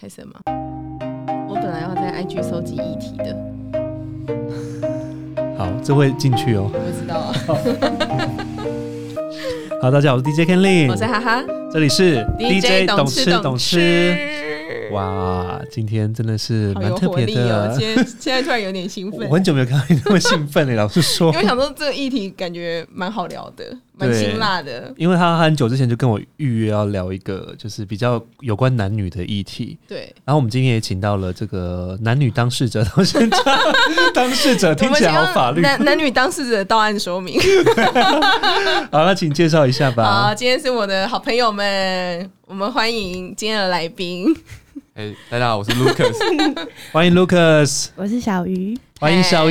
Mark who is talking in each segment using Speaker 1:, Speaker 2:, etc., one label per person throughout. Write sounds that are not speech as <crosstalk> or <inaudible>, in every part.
Speaker 1: 开始了吗？我本来要在 IG 收集议题的，
Speaker 2: 好，这会进去哦。
Speaker 1: 不知道啊。
Speaker 2: 好，大家好，我是 DJ Ken
Speaker 1: 我是
Speaker 2: Lin，
Speaker 1: 哈哈
Speaker 2: 这里是
Speaker 1: 懂
Speaker 2: 吃
Speaker 1: 懂
Speaker 2: 懂吃。，哇，今天真的是
Speaker 1: 好
Speaker 2: 蛮
Speaker 1: 有
Speaker 2: 特
Speaker 1: 活
Speaker 2: 别
Speaker 1: 力哦！
Speaker 2: 的啊
Speaker 1: 今，天现在突然有点兴奋
Speaker 2: 我，很久没有看到你那么兴奋了。老实说
Speaker 1: <laughs> 因，为想说这个议题感觉蛮好聊的，蛮
Speaker 2: 对
Speaker 1: 辛辣的。
Speaker 2: 因为他很久之前就跟我预约要聊一个就是比较有关男女的议题，
Speaker 1: 对，
Speaker 2: 然后我们今天也请到了这个男女当事者到现场，当事者听起来好法律。
Speaker 1: 男男女当事者的到案说明。
Speaker 2: 好，那请介绍一下吧。
Speaker 1: 好，今天是我的好朋友们，我们欢迎今天的来宾。
Speaker 3: 哎、大家好，我是
Speaker 1: <laughs>
Speaker 3: Lucas。
Speaker 2: 欢迎 Lucas，
Speaker 4: 我是小鱼，
Speaker 2: 欢迎小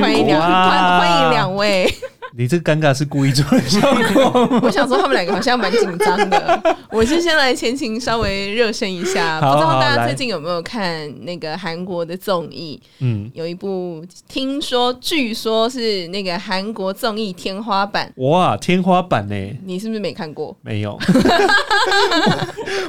Speaker 1: 哎欢迎两
Speaker 2: 哇
Speaker 1: 欢欢迎两位。
Speaker 2: 你这尴尬是故意做的效果吗？
Speaker 1: <laughs> 我想说他们两个好像蛮紧张 <laughs> 的，我是先来前情稍微热身一下。
Speaker 2: 好
Speaker 1: 不知道
Speaker 2: 好
Speaker 1: 大家
Speaker 2: 来
Speaker 1: 最近有没有看那个韩国的综艺？
Speaker 2: 嗯，
Speaker 1: 有一部听说据说是那个韩国综艺天花板，
Speaker 2: 哇，啊天花板呢、
Speaker 1: 你是不是没看过？
Speaker 2: 没有， <laughs>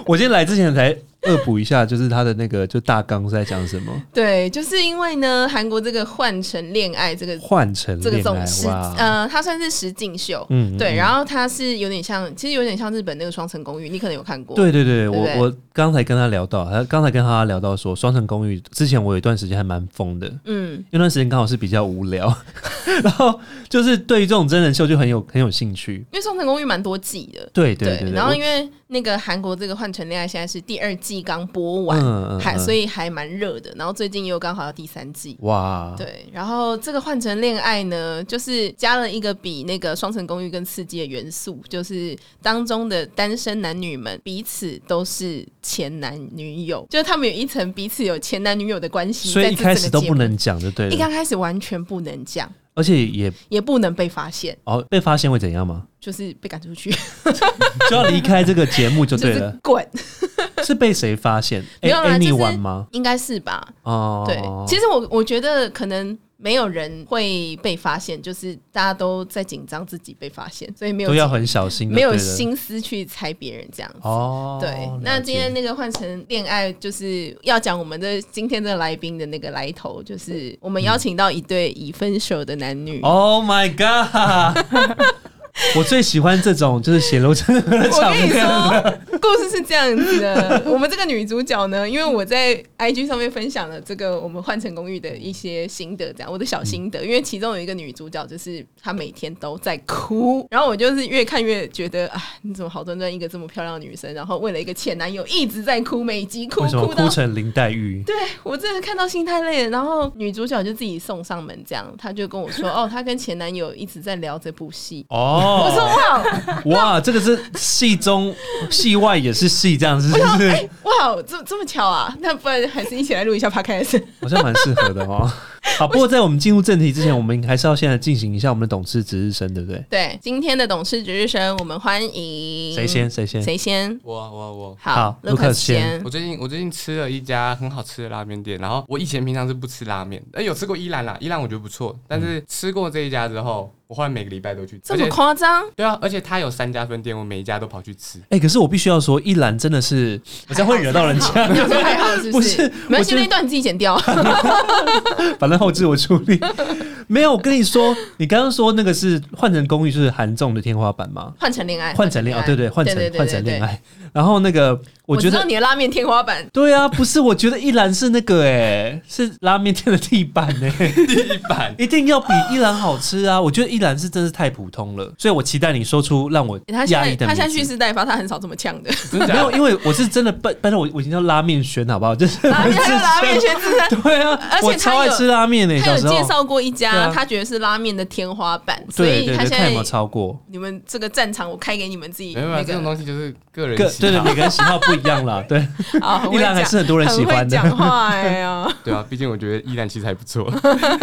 Speaker 2: 我今天来之前才恶补一下，就是他的那个就大纲是在讲什么，
Speaker 1: 对，就是因为呢，韩国这个换成恋爱这个
Speaker 2: 换成
Speaker 1: 这个
Speaker 2: 恋
Speaker 1: 综
Speaker 2: 爱
Speaker 1: 实
Speaker 2: 哇，
Speaker 1: 呃，它算是实境秀。
Speaker 2: 嗯
Speaker 1: 对，然
Speaker 2: 后。
Speaker 1: 后它是有点像，其实有点像日本那个《双城公寓》，你可能有看过。
Speaker 2: 对对对，我
Speaker 1: 对
Speaker 2: 我刚才跟他聊到，他刚才跟他聊到说，《双城公寓》之前我有一段时间还蛮疯的，
Speaker 1: 嗯，
Speaker 2: 那段时间刚好是比较无
Speaker 1: <laughs>
Speaker 2: 聊，然后就是对于这种真人秀就很有很有兴趣。
Speaker 1: 因为《双城公寓》蛮多季的，
Speaker 2: 对对对，
Speaker 1: 然后因
Speaker 2: 为
Speaker 1: 为那个韩国这个《换成恋爱》现在是第二季刚播完，
Speaker 2: 嗯嗯
Speaker 1: 还
Speaker 2: 嗯
Speaker 1: 所以还蛮热的。然后最近又刚好要第三季。
Speaker 2: 哇，
Speaker 1: 对，然后这个换成恋爱呢，就是加了一个比那个双层公寓更刺激的元素，就是当中的单身男女们彼此都是前男女友，就是他们有一层彼此有前男女友的关系。
Speaker 2: 所
Speaker 1: 在
Speaker 2: 以
Speaker 1: 这
Speaker 2: 一开始
Speaker 1: 整
Speaker 2: 都
Speaker 1: 个节
Speaker 2: 不
Speaker 1: 目
Speaker 2: 能，讲，就对
Speaker 1: 一
Speaker 2: 了，
Speaker 1: 刚开始完全不能讲，
Speaker 2: 而且也
Speaker 1: 也不能被发现，
Speaker 2: 哦被发现会怎样吗？ <laughs>
Speaker 1: 就是被赶出去，
Speaker 2: 就要离开这个节目
Speaker 1: <laughs>
Speaker 2: 就
Speaker 1: 就
Speaker 2: 对
Speaker 1: 是
Speaker 2: 了。
Speaker 1: 滚，
Speaker 2: 是被谁发现？
Speaker 1: 没有啦
Speaker 2: 诶
Speaker 1: 就是
Speaker 2: Amy 玩吗？
Speaker 1: 应该是吧？
Speaker 2: 哦，
Speaker 1: 对，其实我我觉得可能没有人会被发现，就是大家都在紧张自己被发现，所以没有
Speaker 2: 都要
Speaker 1: 心
Speaker 2: 很小心就
Speaker 1: 没
Speaker 2: 对了，
Speaker 1: 有心思去猜别人这样子。
Speaker 2: 哦。
Speaker 1: 对，那
Speaker 2: 了解
Speaker 1: 今天那个换成恋爱，就是要讲我们的今天的来宾的那个来头，就是我们
Speaker 2: 嗯
Speaker 1: 邀请到一对已分手的男女。
Speaker 2: ，Oh my God！
Speaker 1: <laughs>
Speaker 2: 我最喜欢这种就是血流成河的
Speaker 1: 我
Speaker 2: 场
Speaker 1: 跟你
Speaker 2: 面了。
Speaker 1: 说，故事是这样子的。我们这个女主角呢，因为我在 IG 上面分享了这个我们换成公寓的一些心得，这样我的小心得。因为其中有一个女主角，就是她每天都在哭，然后我就是越看越觉得，啊，你怎么好端端一个这么漂亮的女生，然后为了一个前男友一直在哭，每集哭
Speaker 2: 为什么
Speaker 1: 哭到
Speaker 2: 哭成林黛玉？
Speaker 1: 对我真的看到心太累了，然后女主角就自己送上门，这样她就跟我说，哦，她跟前男友一直在聊这部戏。我说
Speaker 2: 哦，
Speaker 1: 哇，
Speaker 2: 哇，这个是戏中戏外也是戏，这样是不
Speaker 1: 哎
Speaker 2: 是？
Speaker 1: 哇，这这么巧啊！那不然还是一起来录一下 podcast。
Speaker 2: 好像蛮适合的哦。好，不过在我们进入正题之前，我们还是要现在进行一下我们的董事值日生，对不对？
Speaker 1: <laughs> 对，今天的董事值日生，我们欢迎
Speaker 2: 谁？先？谁先？
Speaker 1: 嗯谁先？
Speaker 3: 我啊我啊我啊，
Speaker 2: 好
Speaker 1: ，Lucas
Speaker 2: Lucas 先
Speaker 3: 我最近我最近吃了一家很好吃的拉面店，然后我以前平常是不吃拉面，哎、有吃过伊兰啦，伊兰我觉得不错，但是吃过这一家之后，我后来每个礼拜都去，
Speaker 1: 这
Speaker 3: 而
Speaker 1: 么
Speaker 3: 且
Speaker 1: 夸张？
Speaker 3: 对啊，而且它有三家分店，我每一家都跑去吃。
Speaker 2: 哎、可是我必须要说，依兰真的是，好像会惹到人家。
Speaker 1: 你说还好是
Speaker 2: <laughs> 不
Speaker 1: 是
Speaker 2: 是？
Speaker 1: 没关
Speaker 2: 我
Speaker 1: 系，
Speaker 2: 觉得
Speaker 1: 那一段你自己剪掉。 <laughs>
Speaker 2: 反正后置我处理。没有，我跟你说，你刚刚说那个是换成公寓，就是韩综的天花板吗？
Speaker 1: 哎换成恋爱，
Speaker 2: 换成恋哦，对对，换成
Speaker 1: 对对对
Speaker 2: 换成
Speaker 1: 对对
Speaker 2: 恋爱。然后那个，我
Speaker 1: 我
Speaker 2: 觉
Speaker 1: 知道
Speaker 2: 得
Speaker 1: 你的拉面天花板。
Speaker 2: 对啊，不是，我觉得依兰是那个哎、是拉面店的地板哎、
Speaker 3: 地
Speaker 2: <laughs>
Speaker 3: 板，
Speaker 2: 一定要比依兰好吃啊！我觉得依兰是真是太普通了，所以我期待你说出让我
Speaker 1: 欸他现
Speaker 2: 压抑
Speaker 1: 在
Speaker 2: 的
Speaker 1: 他
Speaker 2: 名
Speaker 1: 现在
Speaker 2: 字
Speaker 1: 蓄势待发，他很少这么
Speaker 2: <laughs>
Speaker 1: 呛的。
Speaker 3: 真的
Speaker 2: 没
Speaker 3: 假
Speaker 2: 有，
Speaker 3: 的？
Speaker 2: 因为我是真的笨，但是我我已经叫拉面轩好不好？就是
Speaker 1: 拉面
Speaker 2: 我是
Speaker 1: 他有拉面轩自称，
Speaker 2: <laughs> 对啊，
Speaker 1: 而且
Speaker 2: 我
Speaker 1: 他
Speaker 2: 超爱
Speaker 1: 有
Speaker 2: 吃拉面呢、
Speaker 1: 他
Speaker 2: 小
Speaker 1: 有
Speaker 2: 时候
Speaker 1: 介绍过一
Speaker 2: 对
Speaker 1: 家，
Speaker 2: 啊
Speaker 1: 他觉得是拉面的天花板，所
Speaker 2: 对
Speaker 1: 以
Speaker 2: 对
Speaker 1: 他
Speaker 2: 对，
Speaker 1: 现
Speaker 2: 看有没有
Speaker 1: 在
Speaker 2: 超过？
Speaker 1: 你们这个战场我开给你们自己
Speaker 3: 没有没
Speaker 1: 那
Speaker 3: 有，这种
Speaker 1: 个
Speaker 3: 东西就是个人
Speaker 2: 个
Speaker 3: 喜
Speaker 2: 对对，
Speaker 3: 好
Speaker 2: 每个人喜好不一样啦。
Speaker 1: <laughs>
Speaker 2: 对，
Speaker 1: 啊，很
Speaker 2: 依
Speaker 1: 会
Speaker 2: 然还
Speaker 1: 讲，
Speaker 2: 是很多人喜
Speaker 1: 很
Speaker 2: 欢
Speaker 1: 会
Speaker 2: 的。
Speaker 1: 讲话哎呀。
Speaker 3: 对啊，毕竟我觉得伊兰其实还不 <laughs> 错。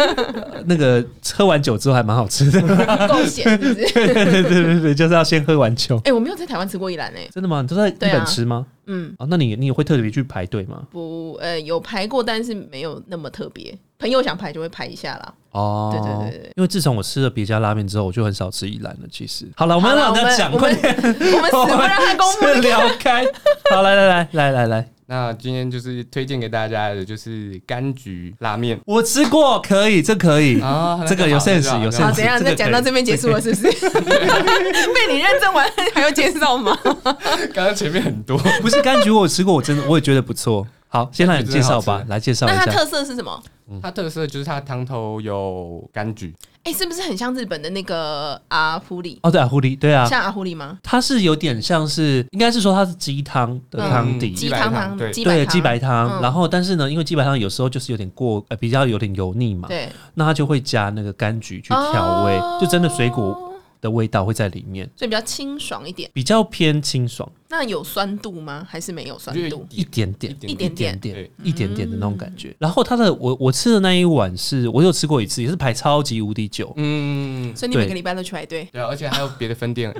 Speaker 2: <laughs> 那个喝完酒之后还蛮好吃的。 <laughs>
Speaker 1: 哎够咸，是不是？
Speaker 2: 对对对对对，就是要先喝完酒。
Speaker 1: 哎、我没有在台湾吃过一兰诶、
Speaker 2: 真的吗？你都在日
Speaker 1: 对啊
Speaker 2: 本吃吗？
Speaker 1: 嗯，
Speaker 2: 啊，那你你也会特别去排队吗？
Speaker 1: 不，呃，有排过，但是没有那么特别。朋友想排就会排一下啦。
Speaker 2: 哦，
Speaker 1: 对对对对。
Speaker 2: 因为自从我吃了别家拉面之后，我就很少吃一兰了。其实，好了，我
Speaker 1: 好
Speaker 2: 们
Speaker 1: 了
Speaker 2: 让他讲，
Speaker 1: 我们
Speaker 2: <laughs> 快点，
Speaker 1: 我们死不让他公布。
Speaker 2: 聊开。好，来来来来来来，
Speaker 3: 那今天就是推荐给大家的就是柑橘拉面
Speaker 1: <laughs>
Speaker 2: 我吃过，可以，这可以，
Speaker 1: 哦
Speaker 3: 啊
Speaker 2: 这个有 sense，有
Speaker 1: 好，
Speaker 2: sense
Speaker 1: 怎样？
Speaker 2: 这个
Speaker 1: 那讲到
Speaker 2: 可以
Speaker 1: 这边结束了，是不是？被你认证完还要介绍
Speaker 2: <laughs>
Speaker 1: 吗？
Speaker 3: 刚刚前面很多，
Speaker 2: <laughs> 不是柑橘，我吃过，我真的我也觉得不错。好，先让你介绍
Speaker 3: 柑橘真的好
Speaker 2: 吧，
Speaker 3: 吃
Speaker 2: 来介绍
Speaker 1: 那
Speaker 2: 一
Speaker 1: 它
Speaker 2: 下。
Speaker 1: 特色是什么？
Speaker 3: 它特色就是它汤头有柑橘，
Speaker 1: 哎、是不是很像日本的那个阿狐狸？
Speaker 2: 哦，对啊，狐狸，对啊，
Speaker 1: 像阿狐狸吗？
Speaker 2: 它是有点像是，应该是说它是鸡汤的汤
Speaker 3: 嗯
Speaker 2: 底，
Speaker 1: 鸡
Speaker 3: 鸡白
Speaker 1: 汤
Speaker 3: 汤
Speaker 1: 汤，
Speaker 3: 对
Speaker 1: 鸡白
Speaker 2: 对，
Speaker 1: 汤，
Speaker 2: 鸡白汤。
Speaker 1: 嗯
Speaker 2: 然后，但是呢，因为鸡白汤有时候就是有点过，呃，比较有点油腻嘛，
Speaker 1: 对，
Speaker 2: 那它就会加那个柑橘去调味，
Speaker 1: 哦
Speaker 2: 就真的水果，的味道会在里面，
Speaker 1: 所以比较清爽一点。
Speaker 2: 比较偏清爽
Speaker 1: 那有酸度吗？还是没有酸
Speaker 3: 就
Speaker 1: 度？
Speaker 2: 一点点。
Speaker 1: 一点嗯
Speaker 2: 点
Speaker 1: 点
Speaker 2: 点
Speaker 3: 对
Speaker 2: 一点点的那种感觉，然后它的我我吃的那一碗是我有吃过一次，也是排超级无敌久，
Speaker 3: 嗯，
Speaker 1: 所以你每
Speaker 2: 对
Speaker 1: 个礼拜都去排队 <laughs>
Speaker 3: 对啊，而且还有别的分店，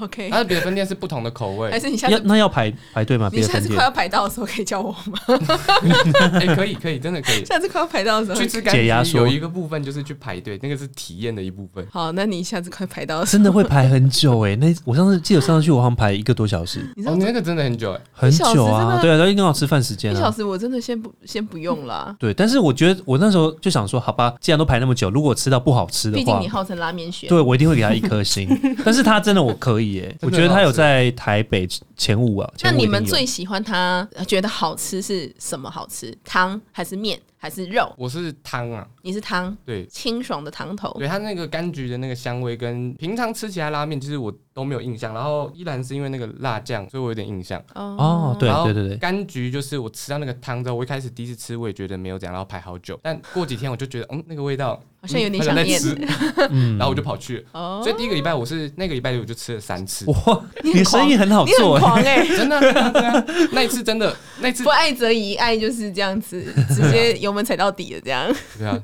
Speaker 1: ，OK？
Speaker 3: 它的别的分店是不同的口
Speaker 1: 还
Speaker 3: 味，
Speaker 1: 是你下
Speaker 2: 啊要
Speaker 1: 次
Speaker 2: 那要排排队吗？
Speaker 1: 你
Speaker 2: 别的
Speaker 1: 下
Speaker 2: 分
Speaker 1: 次
Speaker 2: 店
Speaker 1: 快要排到的时候可以叫
Speaker 2: <laughs>
Speaker 1: 我吗？
Speaker 3: 哎，可以可以，真的可
Speaker 1: <laughs>
Speaker 3: 以。
Speaker 1: 下次快要排到的时候
Speaker 3: 去
Speaker 1: 可以，
Speaker 3: 吃
Speaker 2: 解压
Speaker 3: 柑橘
Speaker 2: 缩
Speaker 3: 有一个部分就是去排队，那个是体验的一部分。
Speaker 1: 好，那你下次快排到的时
Speaker 2: <laughs> 真的会排很久哎、那我上次记得上次去，我好像排一个多小时，
Speaker 1: 候，你知
Speaker 3: 哦，
Speaker 1: 道
Speaker 3: 那个真的很久哎，
Speaker 2: 很
Speaker 1: 小时
Speaker 2: 久
Speaker 1: 真
Speaker 2: 啊，
Speaker 1: 的
Speaker 2: 对啊，然后刚好吃饭时间
Speaker 1: 一小
Speaker 2: 啊。
Speaker 1: 时我真的先不先不用了，
Speaker 2: 对，但是我觉得我那时候就想说，好吧，既然都排那么久，如果吃到不好吃的
Speaker 1: 毕竟
Speaker 2: 话
Speaker 1: 你，号称拉面学。
Speaker 2: 对我一定会给他一颗
Speaker 1: <laughs>
Speaker 2: 星。但是他真的我可以耶、我
Speaker 3: 真的
Speaker 2: 觉得他
Speaker 3: 很
Speaker 2: 有
Speaker 3: 好吃
Speaker 2: 在台北前五啊，
Speaker 1: 那
Speaker 2: 前五
Speaker 1: 你
Speaker 2: 一定
Speaker 1: 们
Speaker 2: 有
Speaker 1: 最喜欢它，呃觉得好吃是什么？好吃汤还是面还是肉？
Speaker 3: 我是汤啊，
Speaker 1: 你是汤，
Speaker 3: 对。
Speaker 1: 清爽的汤头。
Speaker 3: 对它那个柑橘的那个香味，跟平常吃其他拉面其实我都没有印象。然后依然是因为那个辣酱，所以我有点印象。
Speaker 2: 哦，对
Speaker 3: 然后
Speaker 2: 对对对，
Speaker 3: 柑橘就是我吃到那个汤之后，我一开始第一次吃我也觉得没有怎样，然后排好久。但过几天我就觉得，嗯，那个味道
Speaker 1: 好像有点
Speaker 3: 嗯还
Speaker 1: 想
Speaker 3: 吃，
Speaker 2: <laughs> 嗯
Speaker 3: 然后我就跑去了。
Speaker 1: 哦
Speaker 3: 所以第一个礼拜我是那个礼拜我就吃了三次，
Speaker 2: <laughs> 哇，
Speaker 1: 你
Speaker 2: 你
Speaker 1: 很
Speaker 2: 的生意很好
Speaker 1: 你很
Speaker 2: 做、欸，
Speaker 1: 狂哎、
Speaker 3: 真的啊、真的啊真的啊那一次真的那一次
Speaker 1: 不爱则已，爱就是这样子，直接油门踩到底的这样。
Speaker 3: 对 <laughs> 啊，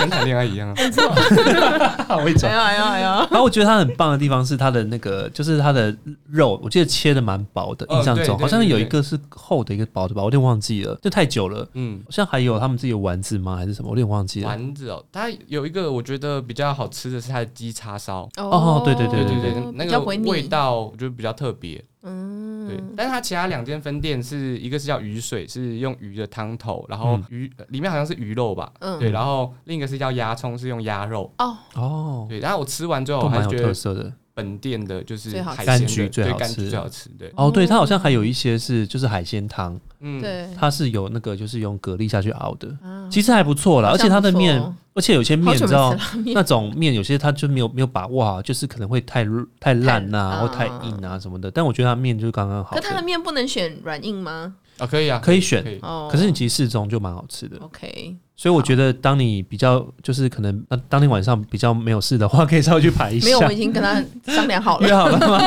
Speaker 3: 跟谈恋爱一样啊。 <laughs>
Speaker 2: 好会
Speaker 1: 哎
Speaker 2: 讲。
Speaker 1: 呦哎呦哎呦！
Speaker 2: 欸然后我觉得它很棒的地方是它的那个，就是它的肉，我记得切的蛮薄的，
Speaker 3: 哦
Speaker 2: 印象
Speaker 3: 对
Speaker 2: 中
Speaker 3: 对
Speaker 2: 好像
Speaker 3: 对
Speaker 2: 有一
Speaker 3: 对
Speaker 2: 个是厚的，一个薄的吧，我有点忘记了，就太久了。
Speaker 3: 嗯，
Speaker 2: 好像还有他们自己的丸子吗？还是什么？我有点忘记了。
Speaker 3: 丸子哦，它有一个我觉得比较好吃的是它的鸡叉烧，
Speaker 2: 哦对对对
Speaker 3: 对
Speaker 2: 对
Speaker 3: 对对，那
Speaker 1: 比较
Speaker 3: 个
Speaker 1: 不会
Speaker 3: 味
Speaker 1: 腻。
Speaker 3: 道我觉得比较特别。对
Speaker 1: 嗯，，
Speaker 3: 但是它其他两间分店是一个是叫鱼水，是用鱼的汤头，然后鱼、呃里面好像是鱼肉吧，
Speaker 1: 嗯
Speaker 3: 对，然后另一个是叫鸭葱，是用鸭肉。
Speaker 1: 哦，
Speaker 2: 哦，
Speaker 3: 对，然后我吃完之后，
Speaker 2: 都
Speaker 3: 我还
Speaker 2: 蛮
Speaker 3: 是
Speaker 2: 有
Speaker 3: 觉
Speaker 2: 特
Speaker 3: 得
Speaker 2: 色的。
Speaker 3: 本店的就是
Speaker 1: 最好吃
Speaker 3: 海鲜
Speaker 2: 柑橘
Speaker 3: 的
Speaker 2: 最
Speaker 3: 对
Speaker 2: 好
Speaker 3: 柑橘
Speaker 2: 吃
Speaker 3: 最好吃，对，
Speaker 2: 哦，对，它好像还有一些是就是海鲜汤，
Speaker 3: 嗯，
Speaker 1: 对
Speaker 2: 它是有那个就是用蛤蜊下去熬的，
Speaker 1: 啊，
Speaker 2: 其实还不错啦。
Speaker 1: 好
Speaker 2: 而且
Speaker 1: 像
Speaker 2: 它的
Speaker 1: 不错
Speaker 2: 面
Speaker 1: 哦，
Speaker 2: 而且有些面
Speaker 1: 好
Speaker 2: 你
Speaker 1: 久没
Speaker 2: 知
Speaker 1: 吃拉
Speaker 2: 道，
Speaker 1: 面
Speaker 2: 那种面有些它就没有没有把握好，就是可能会太太烂呐、
Speaker 1: 太
Speaker 2: 或太硬啊什么的。但我觉得它面就是刚刚好
Speaker 1: 可它的
Speaker 2: 的，
Speaker 1: 面不能选软硬吗？
Speaker 3: 啊，可以啊，
Speaker 2: 可以选
Speaker 3: 可。以，
Speaker 1: 哦，
Speaker 2: 可是你其实适中就蛮好吃的，
Speaker 1: OK，
Speaker 2: 所以我觉得当你比较就是可能呃当天晚上比较没有事的话，可以稍微去排一下
Speaker 1: 没有，我已经跟他 <laughs> 商量好
Speaker 2: 约
Speaker 1: 了。
Speaker 2: 好了
Speaker 1: <laughs>
Speaker 2: 吗？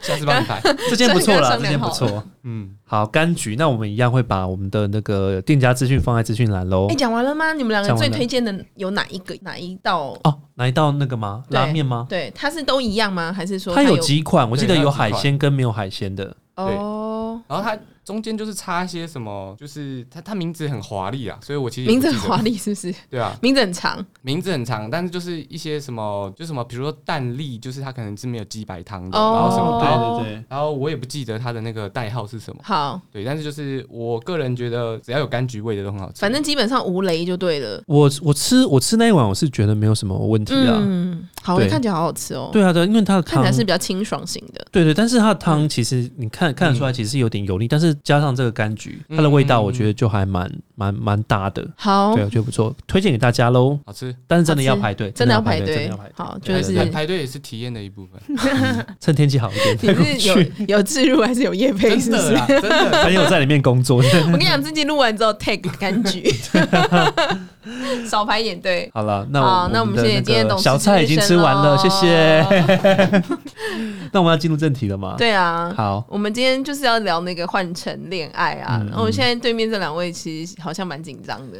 Speaker 3: 下次帮你排，
Speaker 2: 这间不错啦，
Speaker 1: 商
Speaker 2: 这
Speaker 1: 量
Speaker 2: 间
Speaker 1: 好
Speaker 2: 不
Speaker 1: 了
Speaker 2: 错。
Speaker 3: <laughs> 嗯，
Speaker 2: 好，柑橘，那我们一样会把我们的那个店家资讯放在资讯栏喽
Speaker 1: 哎，。讲完了吗？你们两个
Speaker 2: 讲完
Speaker 1: 最
Speaker 2: 了
Speaker 1: 推荐的有哪一个哪一道？
Speaker 2: 哦，哪一道那个吗？
Speaker 1: 对
Speaker 2: 拉面吗？
Speaker 1: 对，它是都一样吗？还是说
Speaker 2: 它有
Speaker 1: 有
Speaker 2: 几款，我记得
Speaker 3: 对它有
Speaker 2: 有
Speaker 3: 几款
Speaker 2: 海鲜跟没有海鲜的。
Speaker 1: 哦？
Speaker 3: 然后它中间就是插一些什么，就是它它名字很华丽啊，所以我其实也
Speaker 1: 名
Speaker 3: 不
Speaker 1: 字
Speaker 3: 记
Speaker 1: 很
Speaker 3: 得
Speaker 1: 华丽是不是？
Speaker 3: 对啊，
Speaker 1: 名字很长，
Speaker 3: 名字很长，但是就是一些什么，就什么，比如说蛋粒，就是它可能是没有鸡白汤的，
Speaker 1: 哦
Speaker 3: 然后什么
Speaker 1: 对
Speaker 3: 对。
Speaker 1: 对
Speaker 2: 对。
Speaker 3: 然后我也不记得它的那个代号是什么，
Speaker 1: 好，
Speaker 3: 对，但是就是我个人觉得只要有柑橘味的都很好吃。
Speaker 1: 反正基本上无雷就对了。
Speaker 2: 我我吃我吃那一碗，我是觉得没有什么问题啊。
Speaker 1: 嗯，好，
Speaker 2: 对
Speaker 1: 看起来好好吃哦。
Speaker 2: 对啊，对啊，因为它的
Speaker 1: 看
Speaker 2: 汤
Speaker 1: 起来是比较清爽型的。
Speaker 2: 对对，但是它的汤其实你看看得出来，其实有点油腻，但是加上这个柑橘，
Speaker 1: 嗯
Speaker 2: 它的味道我觉得就还蛮蛮蛮搭的。
Speaker 1: 好
Speaker 2: 对，，我觉得不错，推荐给大家喽。
Speaker 3: 好吃，
Speaker 2: 但是真的要排队，
Speaker 1: 真的要排
Speaker 2: 真的
Speaker 1: 队
Speaker 2: 要排。队，
Speaker 1: 好，
Speaker 2: 对
Speaker 1: 就
Speaker 3: 排
Speaker 1: 是
Speaker 3: 排排队也是体验的一部分，
Speaker 2: 趁天气好一点再过
Speaker 1: 你是 <laughs>
Speaker 2: 去。
Speaker 1: 有有置入还是有夜配？
Speaker 3: 真
Speaker 1: 是不
Speaker 3: 的
Speaker 1: <laughs> 是？啊
Speaker 3: 啦， <laughs> 真的。
Speaker 2: 朋友在里面工作。 <laughs>
Speaker 1: 我跟你讲，自己录完之后 take 柑橘， <laughs> 少排眼对。
Speaker 2: 好了，那
Speaker 1: 好
Speaker 2: 我，
Speaker 1: 那我
Speaker 2: 们
Speaker 1: 们
Speaker 2: 的
Speaker 1: 谢谢今天
Speaker 2: 那
Speaker 1: 董
Speaker 2: 个
Speaker 1: 事
Speaker 2: 小菜已经吃完了，谢谢。那我们要进入正题了吗？，
Speaker 1: <laughs> 对啊，
Speaker 2: 好，
Speaker 1: 我们今天就是要聊那个换乘恋爱啊。
Speaker 2: 嗯
Speaker 1: 然后我现在对面这两位其实好像蛮紧张的。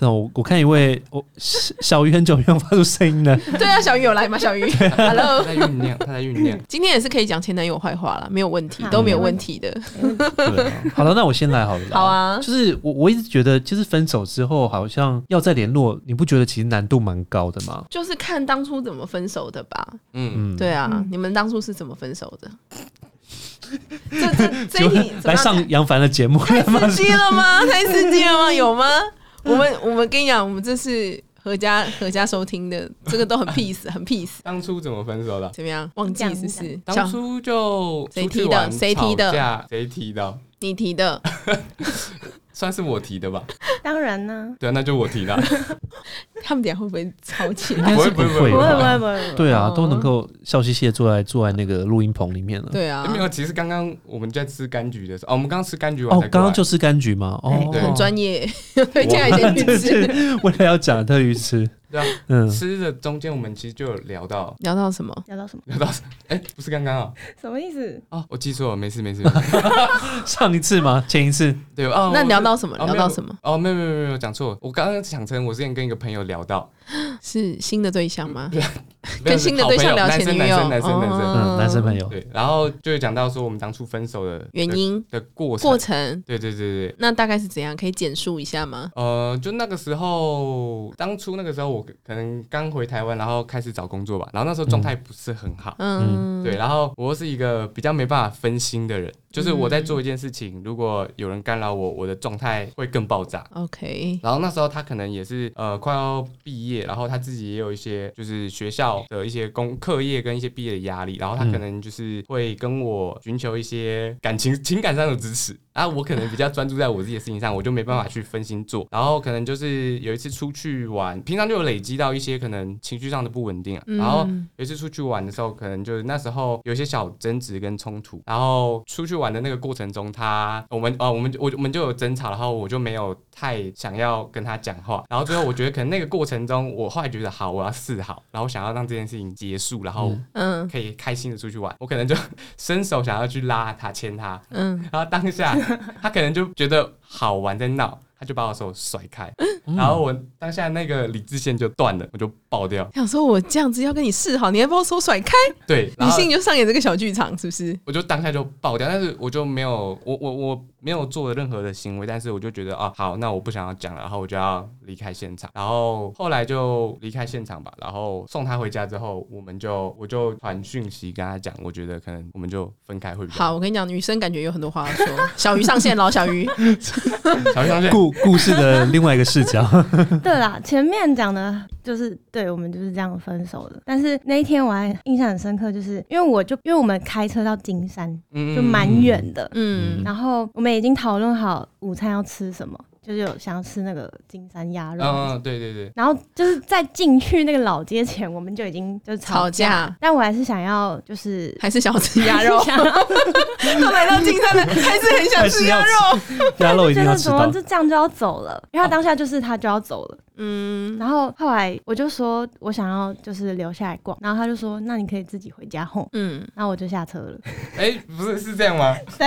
Speaker 2: 那我我看一位我小小鱼很久没有发出声音了，
Speaker 1: 对啊，小鱼有来吗？小
Speaker 2: <laughs>
Speaker 1: 鱼
Speaker 3: 他
Speaker 1: ，Hello。
Speaker 3: 在酝酿，他在酝
Speaker 1: <laughs>
Speaker 3: 酿。
Speaker 1: 今天也是可以讲前男友坏话了，没有问题，
Speaker 4: 好
Speaker 1: 都没有问题的。
Speaker 2: 对啊，好了，那我先来好了。
Speaker 1: 好。啊，
Speaker 2: 就是我我一直觉得，就是分手之后好像要再联络，你不觉得其实难度蛮高的吗？
Speaker 1: 就是看当初怎么分手的吧。
Speaker 3: 嗯，
Speaker 2: 嗯，
Speaker 1: 对啊，
Speaker 4: 嗯
Speaker 3: <laughs>
Speaker 1: 你们当初是怎么分手的？这这这一题怎么
Speaker 2: 来
Speaker 1: 样
Speaker 2: 上杨凡的节目，
Speaker 1: <laughs> 太刺激了吗？太刺激了吗？有吗？我们我们跟你讲，我们这是合家合家收听的，这个都很
Speaker 3: <laughs>
Speaker 1: peace，很 peace。
Speaker 3: 当初怎么分手的？
Speaker 1: 怎么样？忘记
Speaker 4: 讲
Speaker 1: 是不是？
Speaker 3: 当
Speaker 1: 小
Speaker 3: 初就
Speaker 1: 谁
Speaker 3: 出去
Speaker 1: 提的
Speaker 3: 玩
Speaker 1: 谁提的
Speaker 3: 吵架谁提的？
Speaker 1: 你提的，
Speaker 3: 算是我提的吧？
Speaker 4: 当然呢，
Speaker 3: 对啊，那就我提的啊。
Speaker 1: 他们俩会不会吵起
Speaker 2: 应
Speaker 3: <laughs>
Speaker 1: 来？
Speaker 2: 该是
Speaker 3: 不会不
Speaker 2: 会
Speaker 3: 会
Speaker 4: 不会不
Speaker 2: 吧？
Speaker 4: 会不会，
Speaker 2: 对啊
Speaker 1: 哦，
Speaker 2: 都能够笑嘻嘻的坐在坐在那个录音棚里面了。
Speaker 1: 对 <laughs> 啊，
Speaker 3: 没有，其实刚刚我们在吃柑橘的时候，哦，我们刚刚吃柑橘完
Speaker 2: 哦
Speaker 3: 才过来，
Speaker 2: 刚刚就吃柑橘嘛，哦，
Speaker 3: 对
Speaker 1: 很专业，
Speaker 3: 哦
Speaker 1: 推荐来先去
Speaker 2: <laughs> 对
Speaker 3: <laughs>
Speaker 1: 吃。
Speaker 2: 对，为了要讲特于吃，
Speaker 3: 对啊，
Speaker 2: 嗯，
Speaker 3: 吃的中间我们其实就有聊到
Speaker 1: 聊到什么？
Speaker 4: 聊到什么
Speaker 3: 聊到，哎，不是刚刚啊，
Speaker 4: 什么意思？
Speaker 3: 哦，我记错了，没事没事，
Speaker 2: 上一次吗？前一次
Speaker 3: 对哦，
Speaker 1: 那
Speaker 3: 我
Speaker 1: 聊到什么？聊
Speaker 3: 哦没有
Speaker 1: 到什么？
Speaker 3: 哦，没有没有没有没有讲错，我刚刚想成我之前跟一个朋友聊到，
Speaker 1: 是新的对象
Speaker 3: <laughs>
Speaker 1: 吗？
Speaker 3: 没有
Speaker 1: 跟新的对象聊前女
Speaker 3: 男
Speaker 1: 友
Speaker 3: 生男生男生男生，
Speaker 1: 哦
Speaker 2: 嗯，男生朋友，
Speaker 3: 对，然后就会讲到说我们当初分手的
Speaker 1: 原
Speaker 3: 的
Speaker 1: 因、
Speaker 3: 的过程
Speaker 1: 过，程，
Speaker 3: 对对对对。
Speaker 1: 那大概是怎样？可以简述一下吗？
Speaker 3: 呃，就那个时候，当初那个时候我可能刚回台湾，然后开始找工作吧，然后那时候状态不是很好，
Speaker 1: 嗯，
Speaker 3: 对，，然后我又是一个比较没办法分心的人，就是我在做一件事情，如果有人干扰我，我的状态会更爆炸。
Speaker 1: OK，
Speaker 3: 然后那时候他可能也是呃快要毕业，然后他自己也有一些就是学校的一些功课业跟一些毕业的压力，然后他可能就是会跟我寻求一些感情情感上的支持， <laughs> 啊，我可能比较专注在我自己的事情上，我就没办法去分心做，然后可能就是有一次出去玩，平常就有累积到一些可能情绪上的不稳定啊，
Speaker 1: 嗯
Speaker 3: 然后有一次出去玩的时候，可能就是那时候有一些小争执跟冲突，然后出去玩的那个过程中他，我们哦，我们我我们就有争吵，然后我就没有太想要跟他讲话，然后最后我觉得可能那个过程中，我后来觉得好，我要示好，然后想要让这件事情结束，然后
Speaker 1: 嗯
Speaker 3: 可以开心的出去玩，我可能就伸手想要去拉他牵他，
Speaker 1: 嗯，
Speaker 3: 然后 <laughs> 当下他可能就觉得好玩在闹，他就把我手甩开，然后我当下那个理智线就断了，我就爆掉，
Speaker 1: 想说我这样子要跟你示好，你还把我手甩开，
Speaker 3: 对，然
Speaker 1: 女
Speaker 3: 后
Speaker 1: 性就上演这个小剧场，是不是？
Speaker 3: 我就当下就爆掉，但是我就没有，我我我没有做任何的行为，但是我就觉得啊，好，那我不想要讲了，然后我就要离开现场，然后后来就离开现场吧，然后送他回家之后，我们就我就传讯息跟他讲，我觉得可能我们就分开会比较好。
Speaker 1: 好，我跟你讲，女生感觉有很多话要说。小鱼上线了，小鱼，
Speaker 3: 小鱼上
Speaker 2: <laughs>
Speaker 3: 线，
Speaker 2: 故故事的另外一个视角，
Speaker 1: <laughs>
Speaker 4: 对啦，前面讲的就是对我们就是这样分手的。但是那一天我还印象很深刻，就是因为我就因为我们开车到金山
Speaker 3: 嗯
Speaker 4: 就蛮远的，
Speaker 1: 嗯
Speaker 4: 然后我们已经讨论好午餐要吃什么，就是有想要吃那个金山鸭肉。
Speaker 1: 啊
Speaker 3: 嗯，对对对，
Speaker 4: 然后就是在进去那个老街前，我们就已经就是
Speaker 1: 吵
Speaker 4: 架，
Speaker 1: 架
Speaker 4: 但我还是想要就是，
Speaker 1: 还是想要吃鸭肉
Speaker 4: <laughs> 想要
Speaker 1: 都来到金山了，还是很想
Speaker 2: 还
Speaker 1: 吃
Speaker 2: 是
Speaker 1: 鸭
Speaker 2: 要
Speaker 1: 肉。
Speaker 2: 吃鸭肉一定
Speaker 4: 觉
Speaker 2: 要
Speaker 4: 得
Speaker 2: 吃
Speaker 4: 怎么
Speaker 2: 到，
Speaker 4: 就这样就要走了，因为他当下就是他就要走了。
Speaker 1: 嗯，
Speaker 4: 然后后来我就说我想要就是留下来逛，然后他就说那你可以自己回家哄。
Speaker 1: 嗯，
Speaker 4: 然后我就下车
Speaker 2: <laughs>
Speaker 4: 了，
Speaker 3: 哎，不是是这样吗？
Speaker 4: 对，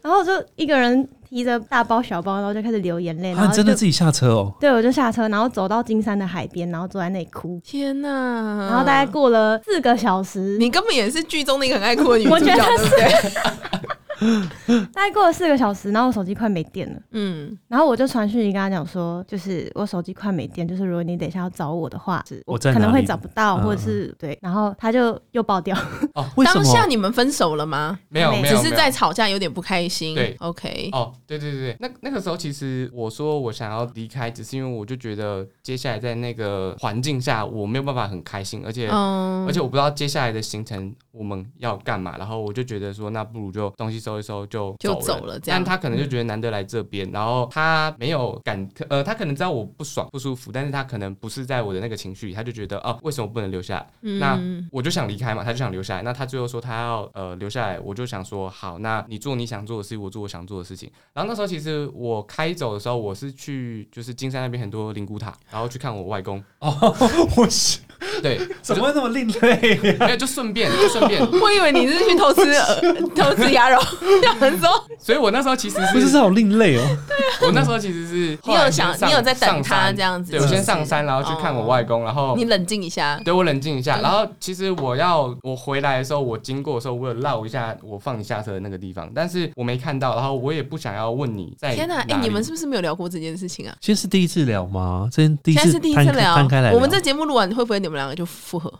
Speaker 4: 然后我就一个人提着大包小包，然后就开始流眼泪，
Speaker 2: 啊，
Speaker 4: 然后
Speaker 2: 你
Speaker 4: 就
Speaker 2: 真的自己下车哦，
Speaker 4: 对我就下车，然后走到金山的海边，然后坐在那里哭，
Speaker 1: 天哪！
Speaker 4: 然后大概过了四个小时，
Speaker 1: 你根本也是剧中那个很爱哭的女主
Speaker 4: 我觉
Speaker 1: 角，
Speaker 4: 得
Speaker 1: 对不对？
Speaker 4: 大概过了四个小时，然后我手机快没电了，
Speaker 1: 嗯，
Speaker 4: 然后我就传讯息跟他讲说，就是我手机快没电，就是如果你等一下要找我的话，是
Speaker 2: 我在
Speaker 4: 可能
Speaker 2: 哪里
Speaker 4: 会找不到，
Speaker 2: 嗯
Speaker 4: 或者是对，然后他就又爆掉， <laughs>
Speaker 2: 为什
Speaker 1: 当下
Speaker 2: 么？
Speaker 1: 你们分手了吗？
Speaker 3: 没有
Speaker 4: 没
Speaker 3: 没
Speaker 1: 只
Speaker 3: 有，
Speaker 1: 是
Speaker 3: 没有
Speaker 1: 在吵架，有点不开心。
Speaker 3: 对
Speaker 1: ，OK，
Speaker 3: 哦，对对对，对那那个时候其实我说我想要离开，只是因为我就觉得接下来在那个环境下我没有办法很开心，而且、
Speaker 1: 嗯
Speaker 3: 而且我不知道接下来的行程我们要干嘛，然后我就觉得说那不如就东西收一收就
Speaker 1: 就
Speaker 3: 走
Speaker 1: 走了这样嗯
Speaker 3: 但他可能就觉得难得来这边，然后他没有感呃，他可能知道我不爽不舒服，但是他可能不是在我的那个情绪里，他就觉得哦为什么不能留下来？那
Speaker 1: 嗯，
Speaker 3: 我就想离开嘛，他就想留下来。那他最后说他要呃留下来，我就想说好，那你做你想做的事，我做我想做的事情。然后那时候其实我开走的时候，我是去就是金山那边很多灵骨塔，然后去看我外公。
Speaker 2: 哦， <laughs> 我是
Speaker 3: 对，
Speaker 2: 怎么会那么另类？
Speaker 3: 没有就顺便就顺便。
Speaker 1: <laughs> 我以为你是去偷吃呃偷吃鸭肉，想说
Speaker 3: 所以我那时候其实
Speaker 2: <laughs> 不是
Speaker 3: 是，
Speaker 2: 这好另类哦，
Speaker 3: 我那时候其实是
Speaker 1: 你
Speaker 3: 后来
Speaker 1: 有
Speaker 3: 先
Speaker 1: 想
Speaker 3: 上
Speaker 1: 你有在等
Speaker 3: 上
Speaker 1: 他
Speaker 3: 山
Speaker 1: 这样子。
Speaker 3: 对我
Speaker 1: 是
Speaker 3: 先
Speaker 1: 不
Speaker 3: 上
Speaker 1: 是哦
Speaker 3: 山，然哦后去看我外公，然后
Speaker 1: 你冷静一下。
Speaker 3: 对我冷静一下，
Speaker 1: 嗯
Speaker 3: 然后其实我要我回来的时候，我经过的时候，我有绕一下我放你下车的那个地方，但是我没看到，然后我也不想要问你在
Speaker 1: 天
Speaker 3: 哪
Speaker 1: 哪、
Speaker 3: 里。
Speaker 1: 哎、你们是不是没有聊过这件事情啊？
Speaker 2: 今天是第一次聊吗？今天第一
Speaker 1: 现在
Speaker 2: 次
Speaker 1: 是第一
Speaker 2: 摊
Speaker 1: 次
Speaker 2: 开摊开来
Speaker 1: 聊，
Speaker 2: 聊，
Speaker 1: 我们这节目录完会不会你们两个就复合？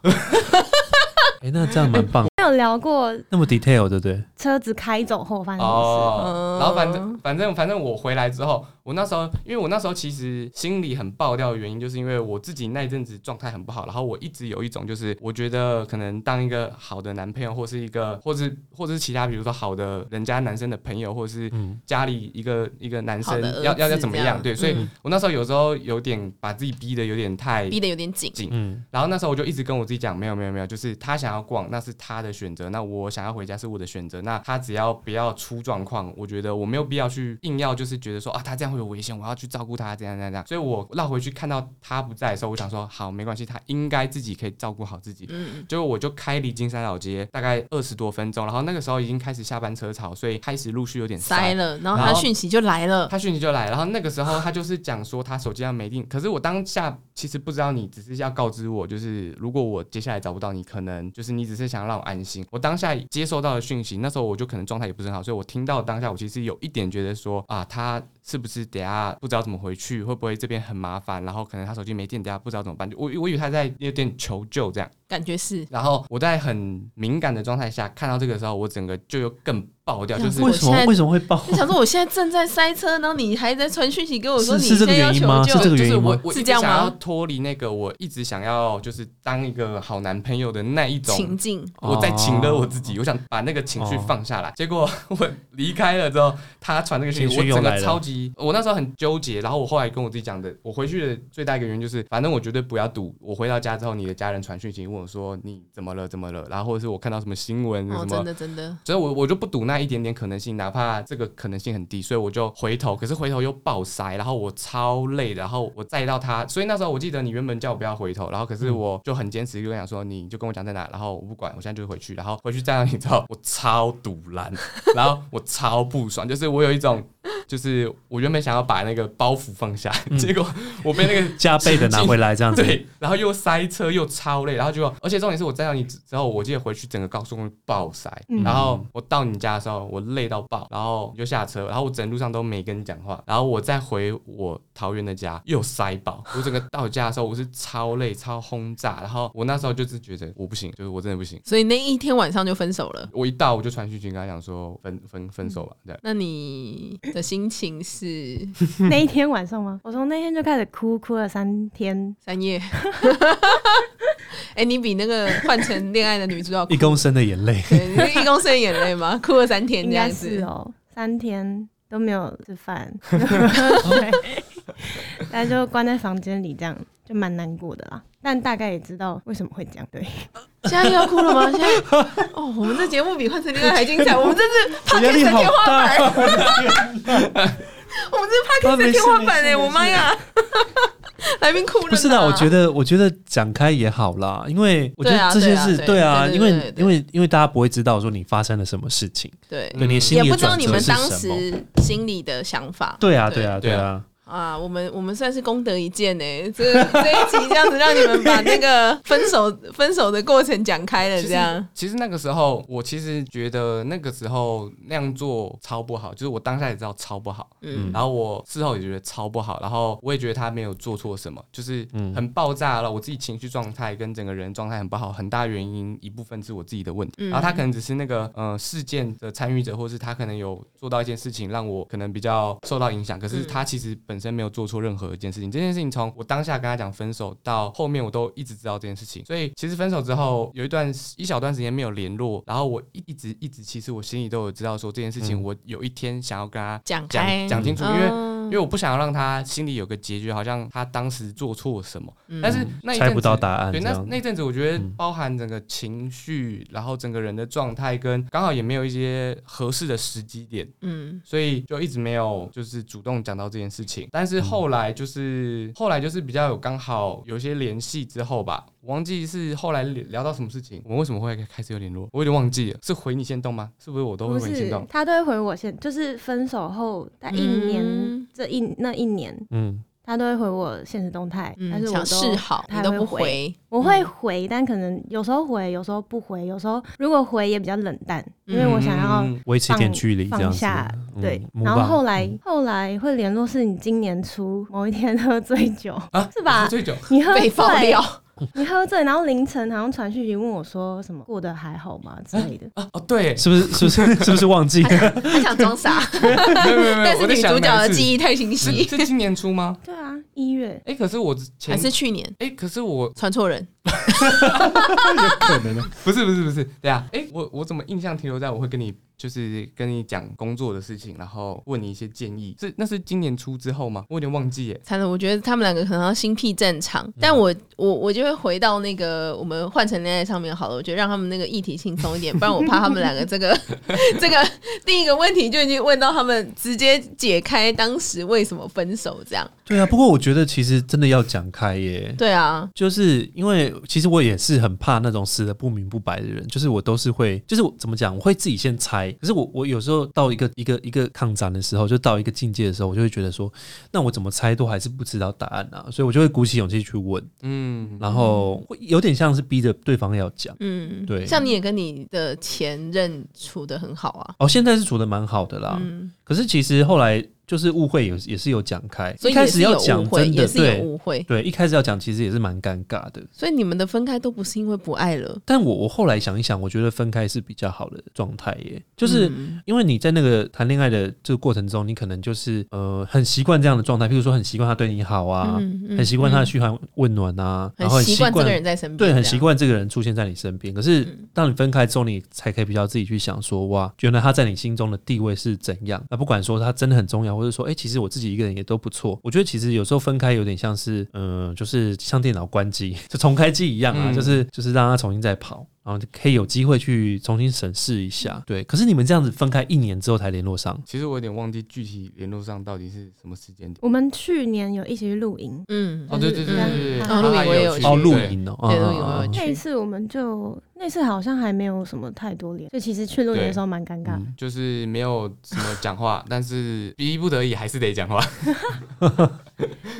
Speaker 2: 哎、那这样蛮
Speaker 1: <laughs>
Speaker 2: 棒，
Speaker 4: 没有聊过
Speaker 2: 那么 detail 对不对？
Speaker 4: 车子开走后发生什么
Speaker 3: 哦
Speaker 1: 嗯，
Speaker 3: 然后反正反正反正我回来之后，我那时候因为我那时候其实心里很爆掉的原因，就是因为我自己那一阵子状态很不好，然后我一直有一种就是我觉得可能当一个好的男朋友，或是一个或是或者是其他比如说好的人家男生的朋友，或者是
Speaker 2: 嗯，
Speaker 3: 家里一个一个男
Speaker 1: 好
Speaker 3: 生
Speaker 1: 的儿子
Speaker 3: 要要要怎么
Speaker 1: 这样
Speaker 3: 样？对，所以
Speaker 1: 嗯
Speaker 3: 我那时候有时候有点把自己逼得有点太
Speaker 1: 逼得有点紧。
Speaker 2: 嗯，
Speaker 3: 然后那时候我就一直跟我自己讲，没有没有没有，就是他想要逛，那是他的选择；那我想要回家是我的选择。那他只要不要出状况，我觉得我没有必要去硬要，就是觉得说啊，他这样会有危险，我要去照顾他，这样这样这样。所以我绕回去看到他不在的时候，我想说，好，没关系，他应该自己可以照顾好自己。
Speaker 1: 嗯，
Speaker 3: 结果我就开离金三角街大概二十多分钟，然后那个时候已经开始下班车潮，所以开始陆续有点
Speaker 1: 塞
Speaker 3: 塞
Speaker 1: 了，然后
Speaker 3: 然
Speaker 1: 他
Speaker 3: 后
Speaker 1: 讯息就来了。
Speaker 3: 他讯息就来，然后那个时候他就是讲说他手机上没电，可是我当下其实不知道你，只是要告知我，就是如果我接下来找不到你，可能就是你只是想让我安心。我当下接收到的讯息，那时候我就可能状态也不是很好，所以我听到当下我其实有一点觉得说啊，他是不是等下不知道怎么回去，会不会这边很麻烦，然后可能他手机没电，等下不知道怎么办。我我以为他在有点求救这样。
Speaker 1: 感觉是
Speaker 3: 然后我在很敏感的状态下看到这个时候，我整个就又更爆掉，就是
Speaker 2: 为什
Speaker 1: 我现
Speaker 2: 么
Speaker 1: 在
Speaker 2: 为什么会爆？
Speaker 1: 你想说我现在正在塞车，然后你还在传讯息给我说
Speaker 2: 是
Speaker 1: 你现
Speaker 2: 是这个
Speaker 1: 在要
Speaker 2: 原因吗？
Speaker 1: 求
Speaker 2: 是这
Speaker 1: 救，
Speaker 2: 个原
Speaker 3: 就是
Speaker 2: 因
Speaker 3: 我
Speaker 2: 吗？
Speaker 3: 我
Speaker 1: 是
Speaker 3: 一
Speaker 1: 这
Speaker 3: 直
Speaker 1: 样
Speaker 3: 想
Speaker 1: 吗
Speaker 3: 要脱离那个我一直想要就是当一个好男朋友的那一
Speaker 1: 情
Speaker 3: 种。
Speaker 1: 境
Speaker 3: 我在请了我自己，我想把那个情绪
Speaker 2: 哦
Speaker 3: 放下来。结果我离开了之后，他传那个信息，
Speaker 2: 情
Speaker 3: 我
Speaker 2: 绪又
Speaker 3: 整
Speaker 2: 来
Speaker 3: 个
Speaker 2: 了
Speaker 3: 超级，我那时候很纠结。然后我后来跟我自己讲的，我回去的最大一个原因就是，反正我绝对不要赌。我回到家之后，你的家人传讯息问我说你怎么了，怎么了，然后或者是我看到什么新闻
Speaker 1: 哦，
Speaker 3: 什么
Speaker 1: 真，的真的，
Speaker 3: 所以我我就不赌那一点点可能性，哪怕这个可能性很低，所以我就回头，可是回头又爆塞，然后我超累，然后我载到他，所以那时候我记得你原本叫我不要回头，然后可是我就很坚持，就跟你讲说，你就跟我讲在哪，然后我不管，我现在就回去，然后回去载到你之后，我超堵拦，然后我超不爽，就是我有一种，就是我原本想要把那个包袱放下，结果我被那个
Speaker 2: 加倍的拿回来这样子，
Speaker 3: 对，然后又塞车又超累，然后就而且重点是我载到你之后，我记得回去整个高速公路爆塞，
Speaker 4: 嗯
Speaker 3: 然后我到你家的时候我累到爆，然后你就下车，然后我整路上都没跟你讲话，然后我再回我桃园的家又塞爆，我整个到家的时候我是超累超轰炸，然后我那时候就是觉得我不行，就是我真的不行，
Speaker 1: 所以那一天晚上就分手了。
Speaker 3: 我一到我就传讯息跟他讲说分分分手吧，这样。
Speaker 1: 那你的心情是
Speaker 4: 的？那一天晚上吗？我从那天就开始哭，哭了三天。
Speaker 1: 三夜？ <laughs> 哎、你比那个换成恋爱的女主角哭
Speaker 2: 一公升的眼泪，
Speaker 1: 对，你是一公升的眼泪吗？哭了三天
Speaker 4: 应
Speaker 1: 这样
Speaker 4: 该
Speaker 1: 子。
Speaker 4: 是哦，三天都没有吃饭， <laughs> 没有喝水，大家就关在房间里，这样就蛮难过的啦。但大概也知道为什么会这样，对，
Speaker 1: 现在又要哭了吗？现在
Speaker 2: <laughs>
Speaker 1: 哦，我们这节目比换成恋爱还精彩，我们这是 p o d
Speaker 2: 压
Speaker 1: c a s
Speaker 2: 力
Speaker 1: 的
Speaker 2: 好
Speaker 1: 天花板，
Speaker 2: 大哦。
Speaker 1: 我们这是 p
Speaker 2: 啊
Speaker 1: o d c a s 的天花板哎，我妈呀！ <laughs> 来宾哭了呢。
Speaker 2: <laughs> 不是啊啦，我觉得我觉得讲开也好啦，因为我觉
Speaker 1: 对
Speaker 2: 得
Speaker 1: 啊
Speaker 2: 这些事，
Speaker 1: 对
Speaker 2: 对
Speaker 1: 啊
Speaker 2: 啊，
Speaker 1: 对对
Speaker 2: 因
Speaker 1: 对
Speaker 2: 为
Speaker 1: 对对
Speaker 2: 因为因为大家不会知道说你发生了什么事情，
Speaker 1: 对，
Speaker 2: 对，你的
Speaker 1: 也
Speaker 2: 心里
Speaker 1: 不
Speaker 2: 的
Speaker 1: 知道
Speaker 2: 转
Speaker 1: 你
Speaker 2: 折
Speaker 1: 们
Speaker 2: 是
Speaker 1: 当
Speaker 2: 什么。
Speaker 1: 时心里的想法。
Speaker 2: 对啊，对啊，对
Speaker 3: 对
Speaker 2: 啊，
Speaker 1: 啊，我们我们算是功德一件呢、这这一集这样子让你们把那个分手分手的过程讲开了，
Speaker 3: 其
Speaker 1: 这
Speaker 3: 实
Speaker 1: 样。
Speaker 3: 其实那个时候，我其实觉得那个时候那样做超不好，就是我当下也知道超不好，
Speaker 1: 嗯
Speaker 2: 嗯，
Speaker 3: 然后我事后也觉得超不好，然后我也觉得他没有做错什么，就是
Speaker 2: 嗯
Speaker 3: 很爆炸了。我自己情绪状态跟整个人状态很不好，很大原因一部分是我自己的问题。
Speaker 1: 嗯
Speaker 3: 然后他可能只是那个呃事件的参与者，或是他可能有做到一件事情让我可能比较受到影响，可是
Speaker 1: 嗯
Speaker 3: 他其实本身没有做错任何一件事情。这件事情从我当下跟他讲分手到后面，我都一直知道这件事情。所以其实分手之后有一段一小段时间没有联络，然后我一一直一直其实我心里都有知道说这件事情，
Speaker 2: 嗯
Speaker 3: 我有一天想要跟他
Speaker 1: 讲
Speaker 3: 讲
Speaker 1: 开
Speaker 3: 讲清楚，因为。因
Speaker 1: 为
Speaker 3: 为我不想要让他心里有个结局，好像他当时做错什么。
Speaker 1: 嗯
Speaker 3: 但是那一阵
Speaker 2: 猜
Speaker 3: 子
Speaker 2: 不到答案，
Speaker 3: 对，
Speaker 2: 这
Speaker 3: 那
Speaker 2: 样
Speaker 3: 那阵子我觉得
Speaker 2: 嗯
Speaker 3: 包含整个情绪，然后整个人的状态，跟刚好也没有一些合适的时机点，
Speaker 1: 嗯
Speaker 3: 所以就一直没有就是主动讲到这件事情。但
Speaker 1: 嗯
Speaker 3: 是后来就是、后来就是比较有刚好有一些联系之后吧，我忘记是后来聊到什么事情，我们为什么会开始有联络，我有点忘记了，是回你先动吗？是不是我都会
Speaker 4: 不
Speaker 3: 回你先
Speaker 4: 是
Speaker 3: 动？
Speaker 4: 他都会回我现，就是分手后在一年、
Speaker 1: 嗯
Speaker 4: 这一那一年，
Speaker 2: 嗯，
Speaker 4: 他都会回我现实动态，但
Speaker 1: 嗯，
Speaker 4: 是我
Speaker 1: 想
Speaker 4: 都
Speaker 1: 示好，
Speaker 4: 他
Speaker 1: 你都
Speaker 4: 会
Speaker 1: 不
Speaker 4: 回
Speaker 1: 回， <laughs>
Speaker 4: 我会回，但可能有时候回，有时候不回，有时候如果回也比较冷淡，因为我想要
Speaker 3: 嗯
Speaker 2: 维持一点
Speaker 4: 放
Speaker 2: 距离这样
Speaker 4: 放
Speaker 2: 子
Speaker 4: 下，，
Speaker 2: 嗯
Speaker 4: 对，
Speaker 2: 木
Speaker 4: 然后
Speaker 2: 棒
Speaker 4: 后来、后来会联络是你今年初某一天喝醉酒，
Speaker 3: 啊
Speaker 4: 是吧
Speaker 3: 喝？醉酒。
Speaker 4: 你喝
Speaker 1: 被爆
Speaker 4: 醉
Speaker 1: 料，
Speaker 4: 你喝醉，然后凌晨好像传讯息问我说什么过得还好吗之类的。
Speaker 3: 啊哦，
Speaker 1: <laughs>
Speaker 3: 对，
Speaker 2: 是不是？是不是？是不是忘记？
Speaker 1: <laughs> 他想装 <laughs> 傻，
Speaker 3: 没有没有没
Speaker 1: <laughs>
Speaker 3: 有，
Speaker 1: 但是
Speaker 3: 我在
Speaker 1: 女
Speaker 3: 想
Speaker 1: 主角
Speaker 3: 哪
Speaker 1: 的
Speaker 3: 一次
Speaker 1: 记忆太清
Speaker 3: 是
Speaker 1: 晰，
Speaker 3: 是今年出吗？
Speaker 4: 对啊，一月
Speaker 3: 哎、可是我
Speaker 1: 还
Speaker 3: 前
Speaker 1: 是去年
Speaker 3: 哎、可是我
Speaker 1: 传错人？
Speaker 2: 可能啊
Speaker 3: <laughs> 不是不是不是，对啊，哎、我我怎么印象停留在我会跟你就是跟你讲工作的事情，然后问你一些建议，是那是今年初之后吗？我有点忘记耶。
Speaker 1: 惨了，我觉得他们两个可能要心屁战场，但我我我就会回到那个我们换成恋爱上面好了，我觉得让他们那个议题轻松一点，不然我怕他们两个这 <laughs> 个这个第一个问题就已经问到他们直接解开当时为什么分手这样。
Speaker 2: <laughs> 对啊，不过我觉得其实真的要讲开耶。
Speaker 1: 对啊，
Speaker 2: 就是因为其实我也是很怕那种死的不明不白的人，就是我都是会，就是我怎么讲，我会自己先猜。可是我我有时候到一个一个一个抗战的时候，就到一个境界的时候，我就会觉得说，那我怎么猜都还是不知道答案啊，所以我就会鼓起勇气去问，
Speaker 3: 嗯，
Speaker 2: 然后会有点像是逼着对方要讲。
Speaker 1: 嗯，
Speaker 2: 对
Speaker 1: 像你也跟你的前任处的很好啊，
Speaker 2: 哦，现在是处的蛮好的啦，
Speaker 1: 嗯，
Speaker 2: 可是其实后来就是误会也也是有讲开，
Speaker 1: 所
Speaker 2: 一
Speaker 1: 以
Speaker 2: 开
Speaker 1: 也
Speaker 2: 始
Speaker 1: 是
Speaker 2: 要
Speaker 1: 有
Speaker 2: 讲
Speaker 1: 误会，
Speaker 2: 真的
Speaker 1: 也是有
Speaker 2: 对
Speaker 1: 误会，
Speaker 2: 对，一开始要讲其实也是蛮尴尬的。
Speaker 1: 所以你们的分开都不是因为不爱了，
Speaker 2: 但我我后来想一想，我觉得分开是比较好的状态耶，就是
Speaker 1: 嗯
Speaker 2: 因为你在那个谈恋爱的这个过程中，你可能就是呃很习惯这样的状态，譬如说很习惯他对你好啊，
Speaker 1: 嗯嗯
Speaker 2: 很习惯他的
Speaker 1: 嗯
Speaker 2: 嘘寒问暖啊，然后
Speaker 1: 很
Speaker 2: 很
Speaker 1: 习
Speaker 2: 习
Speaker 1: 惯这
Speaker 2: 惯
Speaker 1: 个人在身边，
Speaker 2: 对，
Speaker 1: 嗯
Speaker 2: 很
Speaker 1: 这样嗯
Speaker 2: 习。惯这个人出现在你身边。可是当你分开之后，你才可以比较自己去想说，哇，原来他在你心中的地位是怎样。那不管说他真的很重要，或者说，哎、其实我自己一个人也都不错。我觉得其实有时候分开有点像是，嗯、就是像电脑关机 <laughs> 就重开机一样啊，
Speaker 3: 嗯
Speaker 2: 就是就是让它重新再跑。然后就可以有机会去重新审视一
Speaker 1: 嗯
Speaker 2: 下，对。可是你们这样子分开一年之后才联络上，
Speaker 3: 其实我有点忘记具体联络上到底是什么时间点。
Speaker 4: 我们去年有一起去露营，
Speaker 1: 嗯，
Speaker 2: 啊
Speaker 3: 哦，对对对对对，
Speaker 4: 嗯
Speaker 3: 他
Speaker 1: 哦露营我也
Speaker 3: 有
Speaker 1: 有
Speaker 3: 去
Speaker 1: 去
Speaker 2: 哦，露
Speaker 3: 对
Speaker 2: 营哦，
Speaker 1: 对
Speaker 2: 啊
Speaker 1: 露营我有
Speaker 4: 那
Speaker 1: 去
Speaker 4: 一次我们就那次好像还没有什么太多联，就其实去露营的时候蛮尴尬的。
Speaker 3: 嗯就是没有什么讲话，但是逼不得已还是得讲话。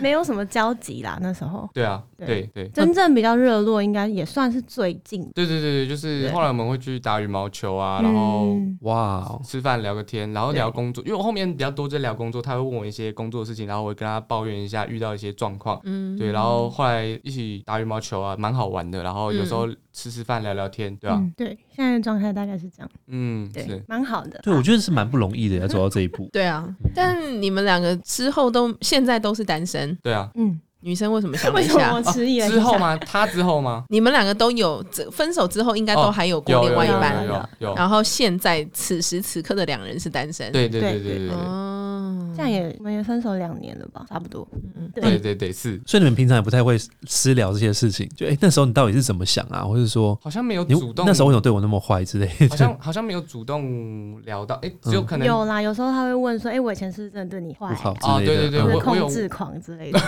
Speaker 4: 没有什么交集啦，那时候
Speaker 3: 对啊，
Speaker 4: 对
Speaker 3: 对对
Speaker 4: 真正比较热络，应该也算是最近。
Speaker 3: 对对对对，就是
Speaker 4: 对
Speaker 3: 后来我们会去打羽毛球啊，然后
Speaker 4: 嗯
Speaker 2: 哇哦，
Speaker 3: 吃饭聊个天，然后聊工作，因为我后面比较多在聊工作，他会问我一些工作的事情，然后我会跟他抱怨一下遇到一些状况，
Speaker 1: 嗯
Speaker 3: 对，然后后来一起打羽毛球啊，蛮好玩的，然后有时候吃吃饭聊聊天，对啊，
Speaker 4: 嗯对，现在的状态大概是这样，
Speaker 3: 嗯，
Speaker 4: 对
Speaker 3: 是，，
Speaker 4: 蛮好的。
Speaker 2: 对我
Speaker 4: 啊
Speaker 2: 觉得是蛮不容易的，要走到这一步。
Speaker 1: 对啊，但你们两个之后都现在都是单身，
Speaker 3: 对啊，
Speaker 4: 嗯，
Speaker 1: 女生为什么想了
Speaker 4: 为
Speaker 1: 一
Speaker 4: 什么
Speaker 1: 下
Speaker 4: 我？迟疑了一下？
Speaker 3: 哦之后吗？他之
Speaker 1: <laughs>
Speaker 3: 后吗？
Speaker 1: 你们两个都有，这分手之后应该都
Speaker 3: 哦
Speaker 1: 还有过
Speaker 3: 有
Speaker 1: 另
Speaker 3: 有
Speaker 1: 外一哦
Speaker 3: 有
Speaker 1: 半，
Speaker 3: 有有有，
Speaker 1: 然后现在此时此刻的两人是单身。
Speaker 3: 对对对对
Speaker 4: 对
Speaker 3: 对对
Speaker 1: 哦，
Speaker 4: 这样也我们也分手两年了吧，差不多。嗯，
Speaker 3: 对
Speaker 4: 对，
Speaker 3: 对对是，
Speaker 2: 所以你们平常也不太会私聊这些事情，就哎、诶那时候你到底是怎么想啊，或者说
Speaker 3: 好像没有
Speaker 2: 你
Speaker 3: 主动，
Speaker 2: 那时候为什么对我那么坏之类
Speaker 3: 好
Speaker 2: 的？
Speaker 3: 像好像没有主动聊到，哎，只有
Speaker 2: 嗯
Speaker 3: 可能
Speaker 4: 有啦，有时候他会问说：“哎，我以前是不是真的对你坏
Speaker 2: 不？”好之
Speaker 3: 哦
Speaker 2: 类的。
Speaker 3: 对对对
Speaker 2: 嗯
Speaker 4: 或
Speaker 3: 我
Speaker 4: 者
Speaker 3: 有
Speaker 4: 控制狂
Speaker 3: <laughs>
Speaker 4: 之类的。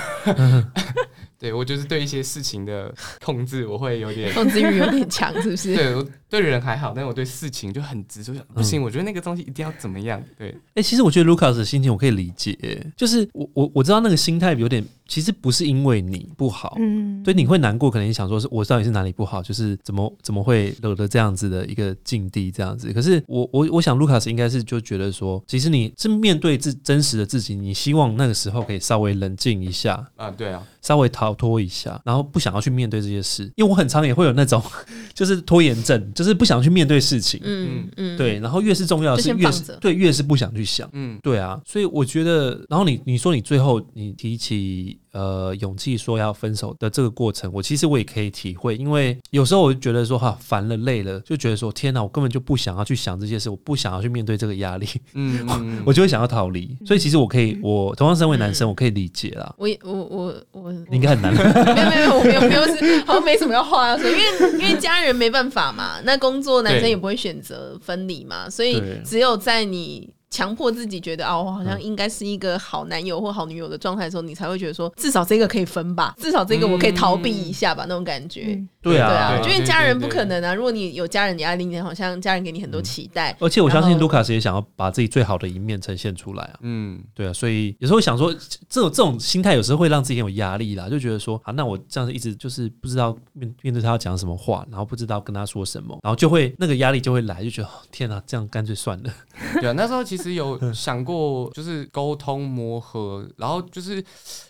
Speaker 3: 对我就是对一些事情的控制，我会有点
Speaker 1: 控制欲有点强，是不是？
Speaker 3: 对我对人还好，但是我对事情就很执着，就不行，我觉得那个东西一定要怎么样。对，
Speaker 2: 哎、其实我觉得 Lucas 的心情我可以理解、就是我我我知道那个心态有点，其实不是因为你不好。
Speaker 4: 嗯，
Speaker 2: 对，你会难过，可能你想说是我到底是哪里不好，就是怎么怎么会惹得这样子的一个境地这样子。可是我我我想 Lucas 应该是就觉得说，其实你是面对自真实的自己，你希望那个时候可以稍微冷静一下，
Speaker 3: 啊，对啊，
Speaker 2: 稍微逃脱一下，然后不想要去面对这些事，因为我很常也会有那种 <laughs> 就是拖延症，就是不想去面对事情，
Speaker 1: 嗯嗯，
Speaker 2: 对，然后越是重要的
Speaker 1: 就
Speaker 2: 事，
Speaker 1: 先
Speaker 2: 越
Speaker 1: 放
Speaker 2: 是
Speaker 1: 着
Speaker 2: 对越是不想去想，
Speaker 3: 嗯，
Speaker 2: 对啊，所以我觉得，然后你你说你最后你提起呃勇气说要分手的这个过程，我其实我也可以体会，因为有时候我就觉得说哈、烦了累了，就觉得说天哪，我根本就不想要去想这些事，我不想要去面对这个压力，
Speaker 3: 嗯嗯，
Speaker 2: 我就会想要逃离，所以其实我可以，我同样身为男
Speaker 1: 嗯
Speaker 2: 生，我可以理解啦，
Speaker 1: 我也我我我
Speaker 2: 你应该很难。
Speaker 1: <laughs> 没有没有，我没有没有是好像没什么要话要说，因为因为家人没办法嘛，那工作男生
Speaker 3: 对
Speaker 1: 也不会选择分离嘛，所以
Speaker 2: 对
Speaker 1: 只有在你。强迫自己觉得啊，我好像
Speaker 3: 嗯
Speaker 1: 应该是一个好男友或好女友的状态的时候，你才会觉得说，至少这个可以分吧，至少这个我可以逃避一下吧，那种感觉。
Speaker 4: 嗯
Speaker 2: 对
Speaker 1: 对啊，
Speaker 2: 啊，
Speaker 1: 我觉
Speaker 3: 对
Speaker 1: 得你
Speaker 3: 对
Speaker 1: 家
Speaker 3: 对
Speaker 1: 人不
Speaker 3: 对嗯
Speaker 1: 可能啊。如果你有家人的压力，你好像家人给你很多期待，
Speaker 2: 而且我相
Speaker 1: 然
Speaker 2: 信
Speaker 1: 后
Speaker 2: 卢卡斯也想要把自己最好的一面呈现出来啊。
Speaker 3: 嗯，
Speaker 2: 对啊，所以有时候想说，这种这种心态有时候会让自己很有压力啦，就觉得说啊，那我这样子一直就是不知道面面对他要讲什么话，然后不知道跟他说什么，然后就会那个压力就会来，就觉得哦天啊，这样干脆算了。
Speaker 3: 对啊，那时候其实有想过，就是沟通磨合，然后就是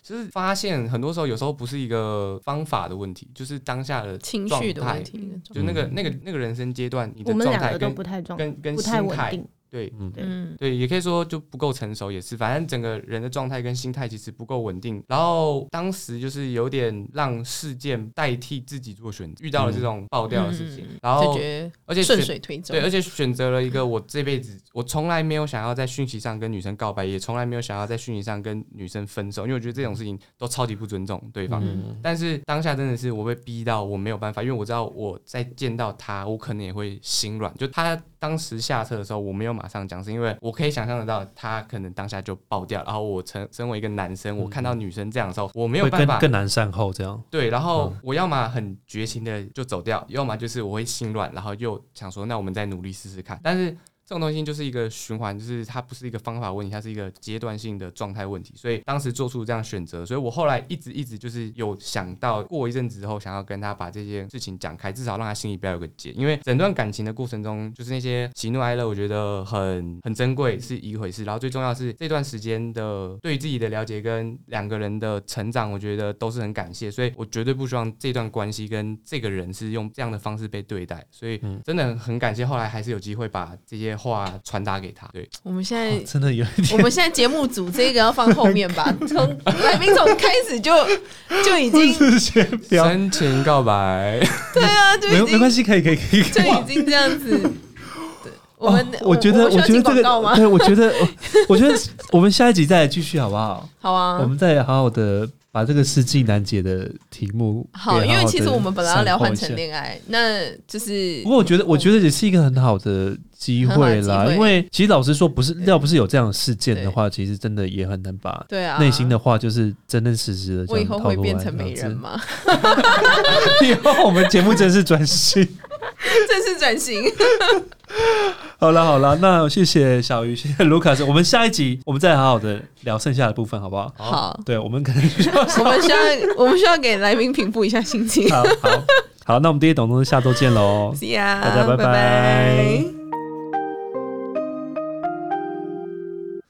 Speaker 3: 就是发现很多时候有时候不是一个方法的问题，就是当下的
Speaker 1: 情
Speaker 3: 状
Speaker 1: 绪的
Speaker 3: 态
Speaker 1: 问题那种。
Speaker 3: 就那个那个那个人生阶段，你
Speaker 4: 我
Speaker 3: 的
Speaker 4: 们
Speaker 3: 状
Speaker 4: 两
Speaker 3: 态
Speaker 4: 个都
Speaker 3: 跟
Speaker 4: 不太状，
Speaker 3: 跟跟
Speaker 4: 不太
Speaker 3: 心
Speaker 4: 稳
Speaker 3: 态，
Speaker 4: 定。
Speaker 3: 对
Speaker 2: 嗯，
Speaker 1: 嗯，
Speaker 3: 对，也可以说就不够成熟，也是，反正整个人的状态跟心态其实不够稳定。然后当时就是有点让事件代替自己做选择，遇到了这种爆掉的事情，
Speaker 1: 嗯
Speaker 3: 然
Speaker 1: 就
Speaker 3: 后
Speaker 1: 觉
Speaker 3: 而且
Speaker 1: 得顺
Speaker 3: 选
Speaker 1: 水推舟
Speaker 3: 对，。而且选择了一个我这辈子我从来没有想要在讯息上跟女生告白，也从来没有想要在讯息上跟女生分手，因为我觉得这种事情都超级不尊重对方。
Speaker 1: 嗯
Speaker 3: 但是当下真的是我被逼到我没有办法，因为我知道我再见到他，我可能也会心软。就他当时下车的时候，我没有马上讲，是因为我可以想象得到他可能当下就爆掉。然后我成身为一个男生，我看到女生这样的时候，我没有
Speaker 2: 会
Speaker 3: 办
Speaker 2: 更
Speaker 3: 法
Speaker 2: 更难善后这样。
Speaker 3: 对，然后我要么很绝情的就走掉，要么就是我会心软，然后又想说，那我们再努力试试看。但是这种东西就是一个循环，就是它不是一个方法问题，它是一个阶段性的状态问题。所以当时做出这样选择，所以我后来一直一直就是有想到，过一阵子之后想要跟他把这件事情讲开，至少让他心里不要有个结。因为整段感情的过程中，就是那些喜怒哀乐，我觉得很很珍贵是一回事，然后最重要是这段时间的对自己的了解跟两个人的成长，我觉得都是很感谢，所以我绝对不希望这段关系跟这个人是用这样的方式被对待，所以真的很感谢后来还是有机会把这些话传达给他。对，
Speaker 1: 我们现
Speaker 2: 哦
Speaker 1: 在。
Speaker 2: 真的有一
Speaker 1: 哎我
Speaker 2: 点，
Speaker 1: 们现在节目组这个要放后面
Speaker 2: <laughs>
Speaker 1: 吧，从来宾从开始就就已经
Speaker 2: 这些标
Speaker 3: 深情告白，
Speaker 1: 对啊，就
Speaker 2: 没有
Speaker 1: 已
Speaker 2: 没
Speaker 1: 经
Speaker 2: 关系，可以可以可以。可以
Speaker 1: 就已经这样子。对，我们、
Speaker 2: 哦我觉得，
Speaker 1: 我需要
Speaker 2: 觉得
Speaker 1: 进广
Speaker 2: 这
Speaker 1: 告
Speaker 2: 个， <laughs>
Speaker 1: 吗？
Speaker 2: 对，我觉得，我觉得我们下一集再来继续好不好？
Speaker 1: 好啊
Speaker 2: 我，们再好好的把这个世纪难解的题目给
Speaker 1: 好，因为
Speaker 2: 好
Speaker 1: 其实
Speaker 2: 地
Speaker 1: 我们本来要聊
Speaker 2: 散
Speaker 1: 换
Speaker 2: 播一下
Speaker 1: 乘恋爱，那就是
Speaker 2: 不过我觉得，我觉得也是一个很好的机会
Speaker 1: 很好
Speaker 2: 啦，
Speaker 1: 的机会
Speaker 2: 因为其实老实说，不是要不是有这样的事件
Speaker 1: 对
Speaker 2: 的话，其实真的也很难把
Speaker 1: 对啊，
Speaker 2: 内心的。话就是真真实实的这
Speaker 1: 我以
Speaker 2: 样
Speaker 1: 后
Speaker 2: 掏
Speaker 1: 会
Speaker 2: 出来
Speaker 1: 变
Speaker 2: 这
Speaker 1: 成美
Speaker 2: 样
Speaker 1: 人
Speaker 2: 子。
Speaker 1: 吗？<laughs>
Speaker 2: <laughs> 以后我们节目真是转型。
Speaker 1: 正式转型，
Speaker 2: 好了好了，那谢谢小鱼，谢谢卢卡斯，我们下一集我们再好好的聊剩下的部分，好不好？
Speaker 1: 好，
Speaker 2: 对，我们可能需要 <laughs>
Speaker 1: 我们需要我们需要给来宾平复一下心情。
Speaker 2: 好好好，那我们第一董东下周见喽。
Speaker 1: See ya，
Speaker 2: 大家拜拜
Speaker 1: 拜